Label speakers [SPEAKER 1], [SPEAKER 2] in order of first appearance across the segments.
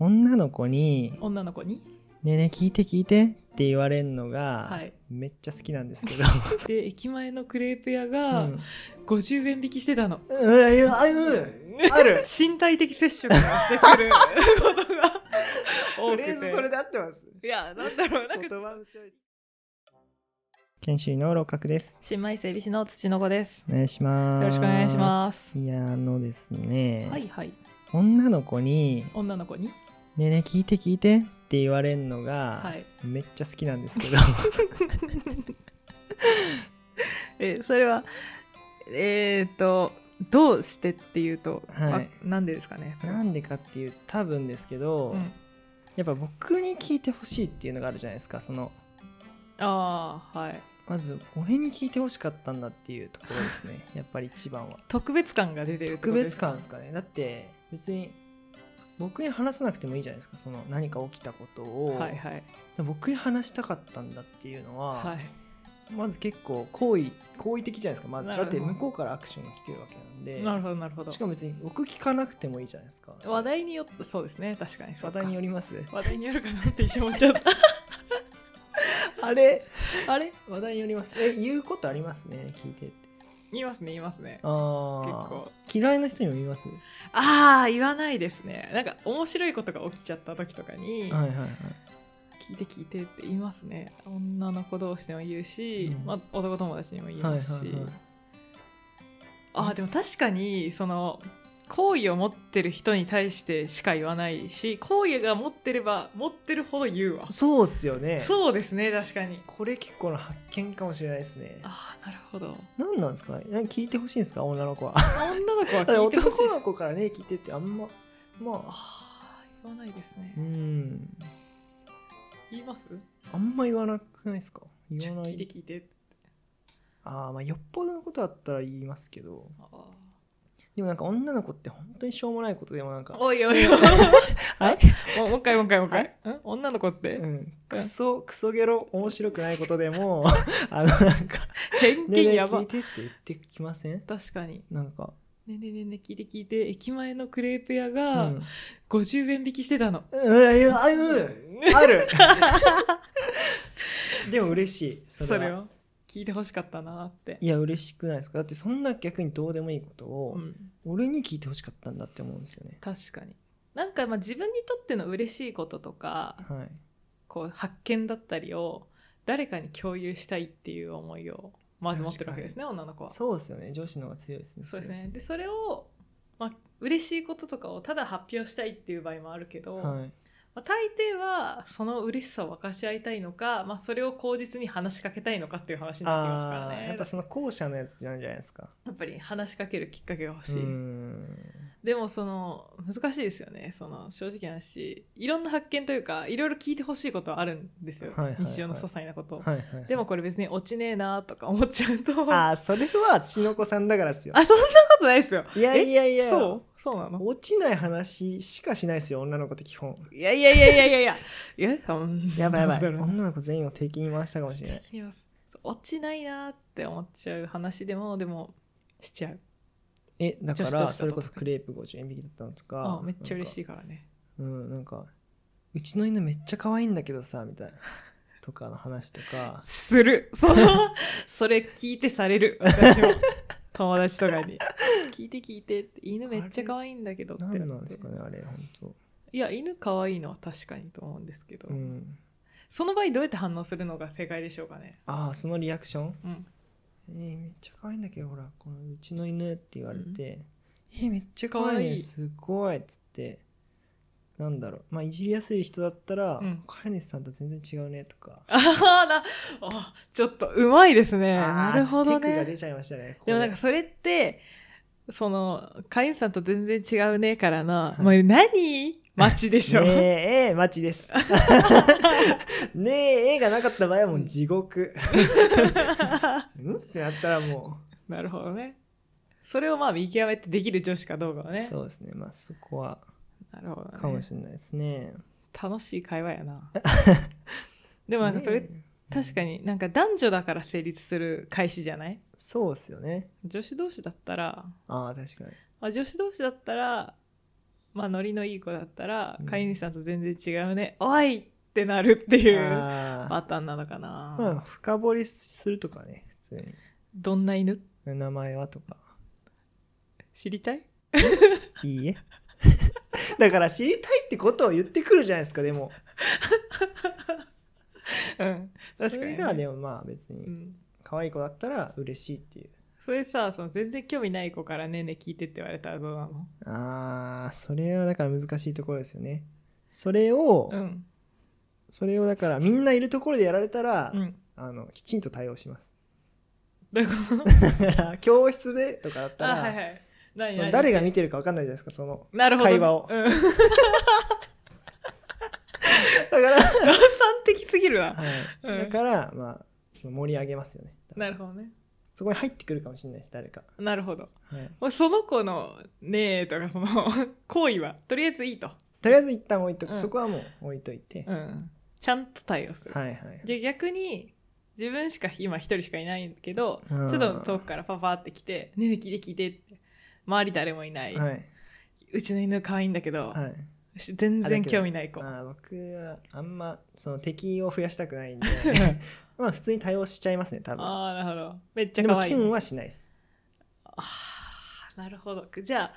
[SPEAKER 1] 女の子に
[SPEAKER 2] 女の子に
[SPEAKER 1] 「ねえねえ聞いて聞いて」って言われるの
[SPEAKER 2] は
[SPEAKER 1] が
[SPEAKER 2] い
[SPEAKER 1] めっちゃ好きなんですけど、
[SPEAKER 2] で駅前のクレープ屋
[SPEAKER 1] う
[SPEAKER 2] が
[SPEAKER 1] ん
[SPEAKER 2] 50円引きしてたの、
[SPEAKER 1] うんいやあ うんある
[SPEAKER 2] 身体的接触をしてく ることが多
[SPEAKER 1] と
[SPEAKER 2] く
[SPEAKER 1] りあえず
[SPEAKER 2] て
[SPEAKER 1] それで合ってます
[SPEAKER 2] いやなんだろうなんか
[SPEAKER 1] 研修医の六角です
[SPEAKER 2] 新米整備士の土の子です
[SPEAKER 1] お願いしま
[SPEAKER 2] よ
[SPEAKER 1] す
[SPEAKER 2] ろしくお願いします
[SPEAKER 1] いやあのですね、
[SPEAKER 2] はいはい
[SPEAKER 1] 女の子に
[SPEAKER 2] 女の子に
[SPEAKER 1] 「ねえねえ聞いて聞いて」って言われるの
[SPEAKER 2] は
[SPEAKER 1] が
[SPEAKER 2] い
[SPEAKER 1] めっちゃ好きなんです けど、
[SPEAKER 2] えそれはえっ、とどうしてっていうと、
[SPEAKER 1] はい
[SPEAKER 2] あなんでですかねそれは
[SPEAKER 1] なんでかっていう多分ですけど、
[SPEAKER 2] うん、
[SPEAKER 1] やっぱ僕に聞いてほしいっていうのがあるじゃないですかその
[SPEAKER 2] ああはい
[SPEAKER 1] まず俺に聞いてほしかったんだっていうところですね やっぱり一番は
[SPEAKER 2] 特別感が出てるって
[SPEAKER 1] 特
[SPEAKER 2] ことです
[SPEAKER 1] 別
[SPEAKER 2] か
[SPEAKER 1] 感ですかねだって別に僕に話さなくてもいいじゃないですかその何か起きたことを、
[SPEAKER 2] はいはい
[SPEAKER 1] でも僕に話したかったんだっていうのは、
[SPEAKER 2] はい
[SPEAKER 1] まず結構好意好意的じゃないですかまず
[SPEAKER 2] な
[SPEAKER 1] だ
[SPEAKER 2] るほ
[SPEAKER 1] っ
[SPEAKER 2] ど
[SPEAKER 1] て向こうからアクションが来てるわけなんで
[SPEAKER 2] なるほどなるほど
[SPEAKER 1] しかも別に僕聞かなくてもいいじゃないですか
[SPEAKER 2] 話題によってそうですね確かに
[SPEAKER 1] 話題によ
[SPEAKER 2] り
[SPEAKER 1] ります
[SPEAKER 2] 話題によるかなって一瞬思っちゃった
[SPEAKER 1] あれ
[SPEAKER 2] あれ
[SPEAKER 1] 話題によりますえ言うことありますね聞いてって
[SPEAKER 2] 言いますね言いますね
[SPEAKER 1] あ
[SPEAKER 2] 構
[SPEAKER 1] あ嫌いな人にも言います
[SPEAKER 2] ああ言わないですねなんか面白いことが起きちゃった時とかに、
[SPEAKER 1] はいはいはい
[SPEAKER 2] 聞いて聞いてって言いますね女の子同士でも言うし、
[SPEAKER 1] うん
[SPEAKER 2] まあ、男友達にも言いますし、
[SPEAKER 1] はいはいはい
[SPEAKER 2] あーでも確かにその好意を持ってる人に対してしか言わないし好意が持ってれば持ってるほど言うわ、
[SPEAKER 1] そうっすよね
[SPEAKER 2] そうですね確かに
[SPEAKER 1] これ結構な発見かもしれないですね
[SPEAKER 2] ああなるほど
[SPEAKER 1] 何なんですかなんか聞いてほしいんですか女の子は
[SPEAKER 2] 女の子は
[SPEAKER 1] だって
[SPEAKER 2] 聞いてほしい
[SPEAKER 1] 男の子からね聞いてってあんままあ
[SPEAKER 2] あー言わないですね、
[SPEAKER 1] うん
[SPEAKER 2] 言います
[SPEAKER 1] あんま言わなくないですか
[SPEAKER 2] ち
[SPEAKER 1] 言
[SPEAKER 2] ょ
[SPEAKER 1] わな
[SPEAKER 2] 聞いて
[SPEAKER 1] い
[SPEAKER 2] 聞いて
[SPEAKER 1] ああまあよっぽどのことだったら言いますけど
[SPEAKER 2] あー
[SPEAKER 1] でもなんか女の子って本当にしょうもないことでもなんか
[SPEAKER 2] おいおいおい
[SPEAKER 1] はい
[SPEAKER 2] もうもう一回もう一回もう一回、ん女の子って、
[SPEAKER 1] うんクソクソゲロ面白くないことで もあのなんか「ねえね
[SPEAKER 2] 偏見
[SPEAKER 1] え
[SPEAKER 2] やば、
[SPEAKER 1] 聞いて」って言ってきません
[SPEAKER 2] 確かに
[SPEAKER 1] なんか、
[SPEAKER 2] ねえねえねえねえ聞いて聞いて駅前のクレープ屋
[SPEAKER 1] う
[SPEAKER 2] が
[SPEAKER 1] ん、
[SPEAKER 2] 50円引きしてたの、
[SPEAKER 1] うんいやあうん ある でも嬉しいそ
[SPEAKER 2] そ
[SPEAKER 1] れ
[SPEAKER 2] れ
[SPEAKER 1] は
[SPEAKER 2] を聞いてほしかったなって
[SPEAKER 1] いや嬉しくないですかだってそんな逆にどうでもいいことを
[SPEAKER 2] うん、
[SPEAKER 1] 俺に聞いてほしかったんだって思うんですよね、
[SPEAKER 2] 確かになんかまあ自分にとっての嬉しいこととか
[SPEAKER 1] はい
[SPEAKER 2] こう発見だったりを誰かに共有したいっていう思いをまず持ってるわけですね女の子はそ
[SPEAKER 1] そうですよね上司の方が強いですね
[SPEAKER 2] うですねでそれをまあ嬉しいこととかをただ発表したいっていう場合もあるけど、
[SPEAKER 1] それはい
[SPEAKER 2] まあ、大抵はその嬉しさを分かち合いたいのか、まあ、それを口実に話しかけたいのかっていう話になってきます
[SPEAKER 1] あ
[SPEAKER 2] から
[SPEAKER 1] あ
[SPEAKER 2] ね
[SPEAKER 1] ーやっぱその後者のやつじゃないじゃないですか
[SPEAKER 2] やっぱり話しかけるきっかけが欲
[SPEAKER 1] う
[SPEAKER 2] しい、
[SPEAKER 1] ん
[SPEAKER 2] でもその難しいですよねその正直な話いろんな発見というかいろいろ聞いてほしいことはあるんですよ、
[SPEAKER 1] はいはいはい
[SPEAKER 2] 日常の些細なこと、
[SPEAKER 1] はいはい
[SPEAKER 2] でもこれ別に落ちねえなとか思っちゃうと
[SPEAKER 1] ああそれはしのこさんだからですよ
[SPEAKER 2] あそんなことないですよ
[SPEAKER 1] いやいやいや
[SPEAKER 2] そうそうなの
[SPEAKER 1] 落ちない話しかしないですよ女の子って基本
[SPEAKER 2] いやいやいやいやいやいやいやうん
[SPEAKER 1] やばいやばい
[SPEAKER 2] どうだろう
[SPEAKER 1] 女の子全員を敵に回したかもしれない
[SPEAKER 2] できます落ちないなって思っちゃう話でもでもしちゃう
[SPEAKER 1] えだか
[SPEAKER 2] 女子と
[SPEAKER 1] ら
[SPEAKER 2] して
[SPEAKER 1] それこそ
[SPEAKER 2] とか
[SPEAKER 1] クレープ50円引きだったのと
[SPEAKER 2] あ
[SPEAKER 1] か
[SPEAKER 2] めっちゃ嬉し
[SPEAKER 1] い
[SPEAKER 2] いからね
[SPEAKER 1] うんなんかうちの犬めっちゃ可愛いんだけどさみたいな とかの話とか
[SPEAKER 2] するそのそれ聞いてされる私 も友達とかに聞いて聞いてって犬めっちゃ可愛いんだけどって
[SPEAKER 1] 何
[SPEAKER 2] って
[SPEAKER 1] なんですかねあれ本
[SPEAKER 2] いや犬可愛いのは確かにと思うんですけど、
[SPEAKER 1] 当うん
[SPEAKER 2] その場合どうやって反応するのが正解でしょうかね
[SPEAKER 1] ああそのリアクション
[SPEAKER 2] うん
[SPEAKER 1] えー、めっちゃ可愛いんだけどほらこのうちの犬って言われて、えーめっちゃ可愛い
[SPEAKER 2] 可愛い
[SPEAKER 1] ねすごいっつってなんだろうまあいじりやすい人だったら、
[SPEAKER 2] うん
[SPEAKER 1] 飼い主さんと全然違うねとか
[SPEAKER 2] ああなあちょっとうまいですね
[SPEAKER 1] あー
[SPEAKER 2] なるほ
[SPEAKER 1] テ
[SPEAKER 2] ど
[SPEAKER 1] クが
[SPEAKER 2] ね
[SPEAKER 1] 出ちゃいましたね
[SPEAKER 2] でもなんかそれってその会員さんと全然違うねからな、
[SPEAKER 1] い
[SPEAKER 2] もう何街でしょ、
[SPEAKER 1] ねえ、マチです。ねえ、絵がなかった場合はもう地獄。んってなったらも
[SPEAKER 2] なるほどねそれをまあ見極めてできる女子かどうかは
[SPEAKER 1] う、
[SPEAKER 2] ね
[SPEAKER 1] そうですね、まあそこは
[SPEAKER 2] なるほど、ね、
[SPEAKER 1] かもしれないですね。
[SPEAKER 2] 楽しい会話 やなでもなんかそれ、
[SPEAKER 1] ねえ
[SPEAKER 2] 確かになんか男女だから成立する開始じゃない
[SPEAKER 1] そうですよね。
[SPEAKER 2] 女子同士だったら、
[SPEAKER 1] ああ、確かに。
[SPEAKER 2] まあ、女子同士だったらまあノリのいい子だったら、
[SPEAKER 1] うん
[SPEAKER 2] 飼い主さんと全然違うねおいってなるっていう
[SPEAKER 1] あー
[SPEAKER 2] パターンなのかな、
[SPEAKER 1] まあ深掘りするとかね普通
[SPEAKER 2] どんな犬
[SPEAKER 1] に名前はとか
[SPEAKER 2] 知りたい
[SPEAKER 1] い いえだから知りたいってことを言ってくるじゃないですかでも
[SPEAKER 2] うん確
[SPEAKER 1] そ
[SPEAKER 2] かにね
[SPEAKER 1] れがでもまあ別
[SPEAKER 2] う
[SPEAKER 1] に
[SPEAKER 2] ん
[SPEAKER 1] 可愛い子だったら嬉しいっていう
[SPEAKER 2] それさその全然興味ない子からねえねえ聞いてって言われたらどうなの
[SPEAKER 1] あーそれはだから難しいところですよねそれを、
[SPEAKER 2] うん
[SPEAKER 1] それをだからみんないるところでやられたら、
[SPEAKER 2] うん
[SPEAKER 1] あのきちんと対応します
[SPEAKER 2] どういうこと
[SPEAKER 1] だから教室でとかだった
[SPEAKER 2] あ
[SPEAKER 1] ら、
[SPEAKER 2] はいはい何
[SPEAKER 1] その
[SPEAKER 2] 何
[SPEAKER 1] 誰が見てるか分かんないじゃないですかその
[SPEAKER 2] なるほど
[SPEAKER 1] 会話を
[SPEAKER 2] うん、 端
[SPEAKER 1] だから、
[SPEAKER 2] 的すぎる
[SPEAKER 1] は
[SPEAKER 2] な
[SPEAKER 1] い
[SPEAKER 2] うん
[SPEAKER 1] だからまあその盛り上げますよね
[SPEAKER 2] なるほどね
[SPEAKER 1] そこに入ってくるかもしれないし誰か、
[SPEAKER 2] なるほど
[SPEAKER 1] はい
[SPEAKER 2] もうその子の「ねえ」とかその 行為はとりあえずいいと、
[SPEAKER 1] とりあえず一旦置いとく、
[SPEAKER 2] うん
[SPEAKER 1] そこはもう置いといて、
[SPEAKER 2] うん、ちゃんと対応する、
[SPEAKER 1] はいはい
[SPEAKER 2] じゃあ逆に自分しか今一人しかいないけどち
[SPEAKER 1] う
[SPEAKER 2] ょ
[SPEAKER 1] ん
[SPEAKER 2] っと遠くからパパって来て「ねえねえ聞いて聞いて」って周り誰もいない、
[SPEAKER 1] はいう
[SPEAKER 2] ちの犬可愛いんだけど、
[SPEAKER 1] はい
[SPEAKER 2] 全然興味ない子
[SPEAKER 1] あ僕はあんまその敵を増やしたくないん でまあ普通に対応しちゃいますね多分
[SPEAKER 2] ああなるほどめっちゃ
[SPEAKER 1] で
[SPEAKER 2] 可
[SPEAKER 1] も
[SPEAKER 2] 愛い
[SPEAKER 1] 金はしないです
[SPEAKER 2] あーなるほどじゃあ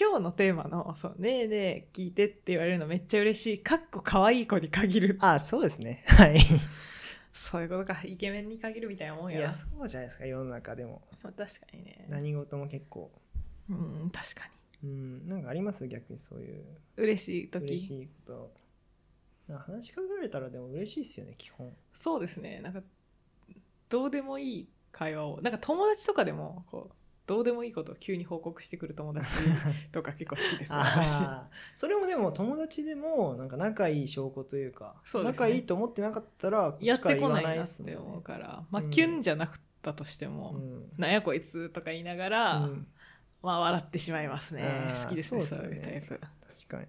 [SPEAKER 2] 今日のテーマの「そうねえねえ聞いて」って言われるのめっちゃ嬉しいかっこ可愛い子に限る
[SPEAKER 1] あそうです ねはい
[SPEAKER 2] そういうことかイケメンに限るみたいなもん
[SPEAKER 1] い
[SPEAKER 2] やな
[SPEAKER 1] やそうじゃないですか世の中でも
[SPEAKER 2] まあ確かにね
[SPEAKER 1] 何事も結構
[SPEAKER 2] うん確かに
[SPEAKER 1] うんなんかあります逆にそういう
[SPEAKER 2] 嬉しい時
[SPEAKER 1] 嬉しいこと話しかけられたらでも嬉しいですよね基 本
[SPEAKER 2] そうですねなんかどうでもいい会話をなんか友達とかでもこうどうでもいいことを急に報告してくる友達とか結構好きです、ね、私
[SPEAKER 1] あーそれもでも友達でもなんか仲いい証拠というか
[SPEAKER 2] そうですね
[SPEAKER 1] 仲いいと思ってなかったらこっ
[SPEAKER 2] や
[SPEAKER 1] ち
[SPEAKER 2] っ
[SPEAKER 1] から
[SPEAKER 2] て
[SPEAKER 1] 言
[SPEAKER 2] こ
[SPEAKER 1] わ
[SPEAKER 2] ない
[SPEAKER 1] ない
[SPEAKER 2] な
[SPEAKER 1] で
[SPEAKER 2] っ
[SPEAKER 1] すもん
[SPEAKER 2] て
[SPEAKER 1] ね
[SPEAKER 2] 思うから、まあ
[SPEAKER 1] うん
[SPEAKER 2] キュンじゃなかったとしても、
[SPEAKER 1] うん
[SPEAKER 2] なんやこいつとか言いながら、
[SPEAKER 1] うん
[SPEAKER 2] まあ笑ってしまいますね
[SPEAKER 1] あー
[SPEAKER 2] 好きですね
[SPEAKER 1] そ
[SPEAKER 2] そうう
[SPEAKER 1] です
[SPEAKER 2] い
[SPEAKER 1] ね
[SPEAKER 2] うタイプ
[SPEAKER 1] 確かに、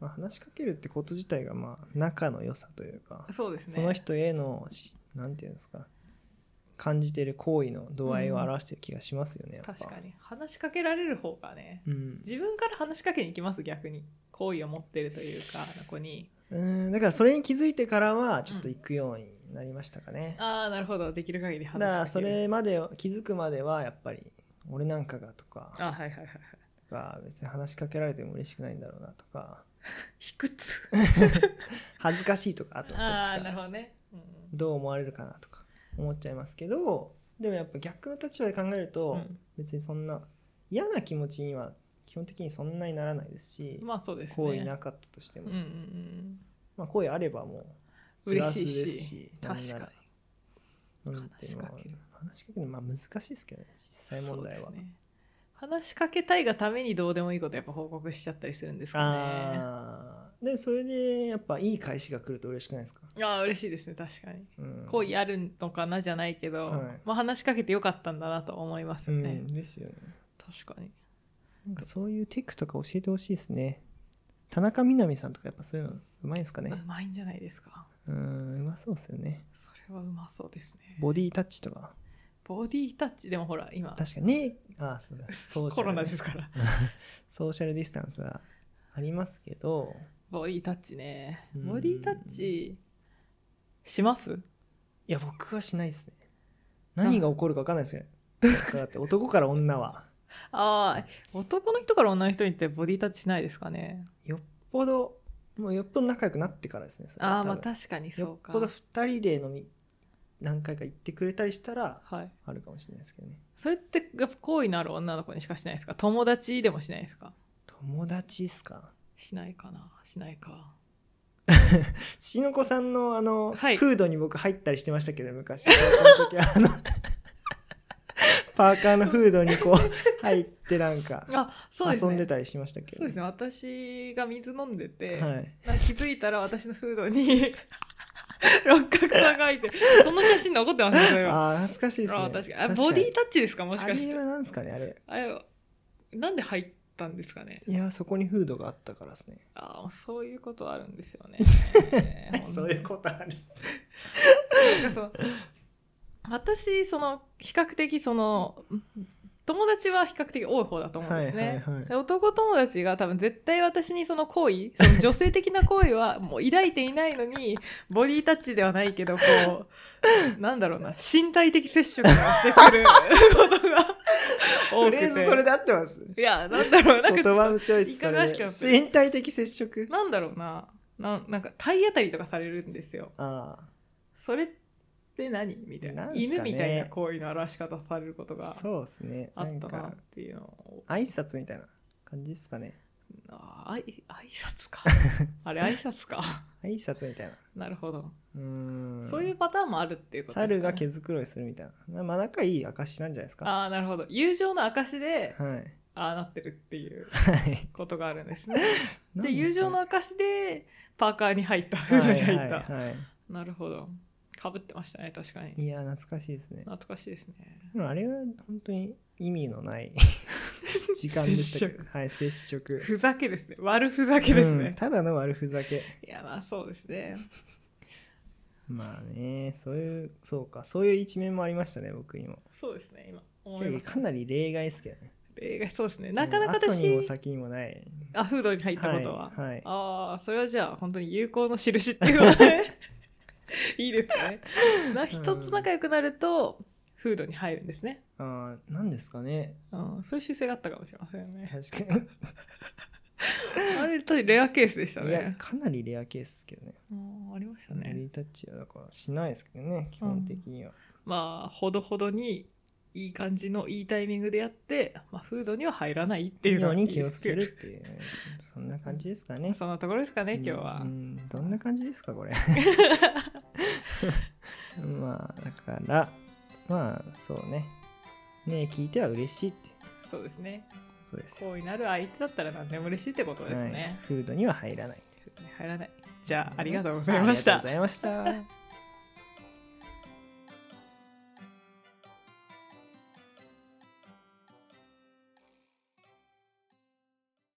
[SPEAKER 1] まあ、話しかけるってこと自体がまあ仲の良さというか、
[SPEAKER 2] そうですね
[SPEAKER 1] その人へのしなんていうんですか感じてる行為の度合いを表してる気がしますよね、やっぱ
[SPEAKER 2] 確かに話しかけられる方がね
[SPEAKER 1] うん、
[SPEAKER 2] 自分から話しかけに行きます逆に好意を持ってるというかあの子に
[SPEAKER 1] うんだからそれに気づいてからはちょっと行くようになりましたかね、
[SPEAKER 2] ああなるほどできる限り話しかけ
[SPEAKER 1] だ
[SPEAKER 2] る
[SPEAKER 1] からそれまで気づくまではやっぱり俺なんかがとか
[SPEAKER 2] あはいはいはいはい
[SPEAKER 1] とか別に話しかけられても嬉しくないんだろうなとか
[SPEAKER 2] 卑屈
[SPEAKER 1] 恥ずかしいとかあとこっ
[SPEAKER 2] あ
[SPEAKER 1] ち
[SPEAKER 2] あ
[SPEAKER 1] か
[SPEAKER 2] なるほ
[SPEAKER 1] ら
[SPEAKER 2] どね、うん
[SPEAKER 1] どう思われるかなとか思っちゃいますけどでもやっぱ逆の立場で考えると、
[SPEAKER 2] うん
[SPEAKER 1] 別にそんな嫌な気持ちには基本的にそんなにならないですし、
[SPEAKER 2] まあそうですね
[SPEAKER 1] 好意なかったとしても、
[SPEAKER 2] うんうんうん
[SPEAKER 1] まあ、好意あればもうプラ
[SPEAKER 2] 嬉しい
[SPEAKER 1] スです
[SPEAKER 2] し
[SPEAKER 1] し
[SPEAKER 2] 確
[SPEAKER 1] なんな
[SPEAKER 2] から
[SPEAKER 1] なんていうのは
[SPEAKER 2] 話しかける
[SPEAKER 1] 話しかけるのまあ難しいですけどね実際
[SPEAKER 2] に
[SPEAKER 1] 問
[SPEAKER 2] そうで
[SPEAKER 1] 題は、
[SPEAKER 2] すね話しかけたいがためにどうでもいいことやっぱ報告しちゃったりするんですか
[SPEAKER 1] あーでそれでやっぱいい返しが来ると嬉しくないですか、
[SPEAKER 2] ねああ嬉しいですね確かに
[SPEAKER 1] うん、
[SPEAKER 2] 好意あるのかなじゃないけど、
[SPEAKER 1] はい
[SPEAKER 2] まあ話しかけてよかったんだなと思います
[SPEAKER 1] う
[SPEAKER 2] よね、
[SPEAKER 1] んですよね
[SPEAKER 2] 確かに
[SPEAKER 1] なんかそういうテクとか教えてほしいですね田中みな実さんとかやっぱそういうのうまいですかね
[SPEAKER 2] うまいんじゃないですか
[SPEAKER 1] うんうまそうですよね
[SPEAKER 2] それはうまそうですね
[SPEAKER 1] ボディタッチとか
[SPEAKER 2] ボディタッチでもほら今
[SPEAKER 1] 確かにあーそうだソーシ
[SPEAKER 2] コ
[SPEAKER 1] ャル
[SPEAKER 2] ロナですから
[SPEAKER 1] ソーシャルディスタンスはありますけど
[SPEAKER 2] ボディタッチね
[SPEAKER 1] うん
[SPEAKER 2] ボディタッチします
[SPEAKER 1] いや僕はしないですね何が起こるか分かんないですよねだって男から女は
[SPEAKER 2] ああ男の人から女の人にってボディタッチしないですかね
[SPEAKER 1] よっぽどもうよっぽど仲良くなってからですねそれは
[SPEAKER 2] ああまあ
[SPEAKER 1] 多分
[SPEAKER 2] 確かにそ
[SPEAKER 1] よっ
[SPEAKER 2] うか
[SPEAKER 1] ぽど2人で飲み何回か行ってくれたりしたら
[SPEAKER 2] はい
[SPEAKER 1] あるかもしれないですけどね
[SPEAKER 2] それってやっぱ好意のある女の子にしかしないですか友達でもしないですか
[SPEAKER 1] 友達っすか
[SPEAKER 2] しないかなしないか
[SPEAKER 1] 父の子さんのあの、
[SPEAKER 2] はい
[SPEAKER 1] フードに僕入ったりしてましたけど昔その時 あのパーカーのフードにこう入ってなんか
[SPEAKER 2] あそうです
[SPEAKER 1] 遊
[SPEAKER 2] ね
[SPEAKER 1] んでたりしましたけ
[SPEAKER 2] そ
[SPEAKER 1] どね、
[SPEAKER 2] うですね私が水飲んでて、
[SPEAKER 1] はい
[SPEAKER 2] なんか気づいたら私のフードに 六角さんが入ってその写真残ってますねそれは
[SPEAKER 1] あー懐かしいですね
[SPEAKER 2] あ確かにあボディタッチですかもしかし
[SPEAKER 1] あ
[SPEAKER 2] て
[SPEAKER 1] れはなんですかねあれ
[SPEAKER 2] あれはなんで入ったんですかね
[SPEAKER 1] いやそこにフードがあったからですね。
[SPEAKER 2] ああそういうことあるんですよね
[SPEAKER 1] そういうことある
[SPEAKER 2] なんかその私その比較的その友達は比較的多い方だと思うんですね、
[SPEAKER 1] はいはいはい
[SPEAKER 2] で男友達が多分絶対私にその行為その女性的な行為は もう抱いていないのにボディタッチではないけどこ うなんだろうな身体的接触をしてくることが多
[SPEAKER 1] フ
[SPEAKER 2] く
[SPEAKER 1] レーズ
[SPEAKER 2] て
[SPEAKER 1] それで合ってます
[SPEAKER 2] いやなんだろうなん
[SPEAKER 1] 言
[SPEAKER 2] かちょっ
[SPEAKER 1] 葉のチョイスそ
[SPEAKER 2] いかが
[SPEAKER 1] れ
[SPEAKER 2] わしくなって
[SPEAKER 1] で身体的接触
[SPEAKER 2] となんだろうななんなんか体当たりとかされるんですよ
[SPEAKER 1] あ
[SPEAKER 2] それって何みたいな
[SPEAKER 1] なんすかね
[SPEAKER 2] 犬みたいな行為の表し方されること
[SPEAKER 1] あ
[SPEAKER 2] が
[SPEAKER 1] そうですね
[SPEAKER 2] あ
[SPEAKER 1] な
[SPEAKER 2] っ
[SPEAKER 1] ん
[SPEAKER 2] たな
[SPEAKER 1] か
[SPEAKER 2] っていうのを
[SPEAKER 1] 挨拶みたいな感じですかね
[SPEAKER 2] ああい挨 拶かあれ挨拶か
[SPEAKER 1] 挨拶みたいな
[SPEAKER 2] なるほど、
[SPEAKER 1] うーん
[SPEAKER 2] そういうパターンもあるっていうことですね
[SPEAKER 1] 猿が毛づくろいするみたいなまあ仲いい証なんじゃないですか
[SPEAKER 2] ああなるほど友情の証で
[SPEAKER 1] はい
[SPEAKER 2] ああなってるっていう
[SPEAKER 1] はい
[SPEAKER 2] ことがあるんですね
[SPEAKER 1] なん
[SPEAKER 2] じ
[SPEAKER 1] ですか
[SPEAKER 2] ゃあ
[SPEAKER 1] ね
[SPEAKER 2] 友情の証でパーカーに入ったフ
[SPEAKER 1] はい
[SPEAKER 2] ード
[SPEAKER 1] は
[SPEAKER 2] に
[SPEAKER 1] い
[SPEAKER 2] 入った、
[SPEAKER 1] は
[SPEAKER 2] なるほどかぶってましたね確か
[SPEAKER 1] い
[SPEAKER 2] に
[SPEAKER 1] いや懐かしいですね
[SPEAKER 2] 懐かしいですね
[SPEAKER 1] でもあれは本当に意味の ない時間でしたけどはい接触
[SPEAKER 2] ふざけですね悪ふざけです
[SPEAKER 1] うん
[SPEAKER 2] ね、
[SPEAKER 1] ただの悪ふざけ
[SPEAKER 2] いやまあそうですね
[SPEAKER 1] まあねそういうそうかそういう一面もありましたね僕にも
[SPEAKER 2] そうですね今思いました
[SPEAKER 1] かなり例外ですけどね
[SPEAKER 2] 例外そうですねなかなか
[SPEAKER 1] 後にも
[SPEAKER 2] 私
[SPEAKER 1] 先にもない
[SPEAKER 2] あフードに入ったことは、
[SPEAKER 1] はいはい
[SPEAKER 2] ああそれはじゃあ本当に有効の印っていうこと でいいですねな人と仲良くなるとフードに入るんですね、
[SPEAKER 1] あーなんですかね
[SPEAKER 2] うん、そういう習性があったかもしれませんね
[SPEAKER 1] 確かに
[SPEAKER 2] あれとレアケースでした
[SPEAKER 1] いや
[SPEAKER 2] ね
[SPEAKER 1] かなりレアケースですけどね
[SPEAKER 2] うんありました
[SPEAKER 1] ボデ
[SPEAKER 2] ね
[SPEAKER 1] ィタッチはだからしないですけどね基本的には、
[SPEAKER 2] まあほどほどにいい感じのいいタイミングでやって、まあ、フードには入らないっていうの
[SPEAKER 1] よ
[SPEAKER 2] が
[SPEAKER 1] う
[SPEAKER 2] いい
[SPEAKER 1] に
[SPEAKER 2] です
[SPEAKER 1] 気をつけるっていうね、そんな感じですかね
[SPEAKER 2] そんなところですかね今日は、
[SPEAKER 1] うんうんどんな感じですかこ れまあだからまあそうねね聞いては嬉しいって
[SPEAKER 2] そうですね
[SPEAKER 1] そうですよ
[SPEAKER 2] 好意なる相手だったら何でも嬉しいってことですね、
[SPEAKER 1] はい、フードには入らない
[SPEAKER 2] 入らないじゃあありがとうございました
[SPEAKER 1] ありがとうございました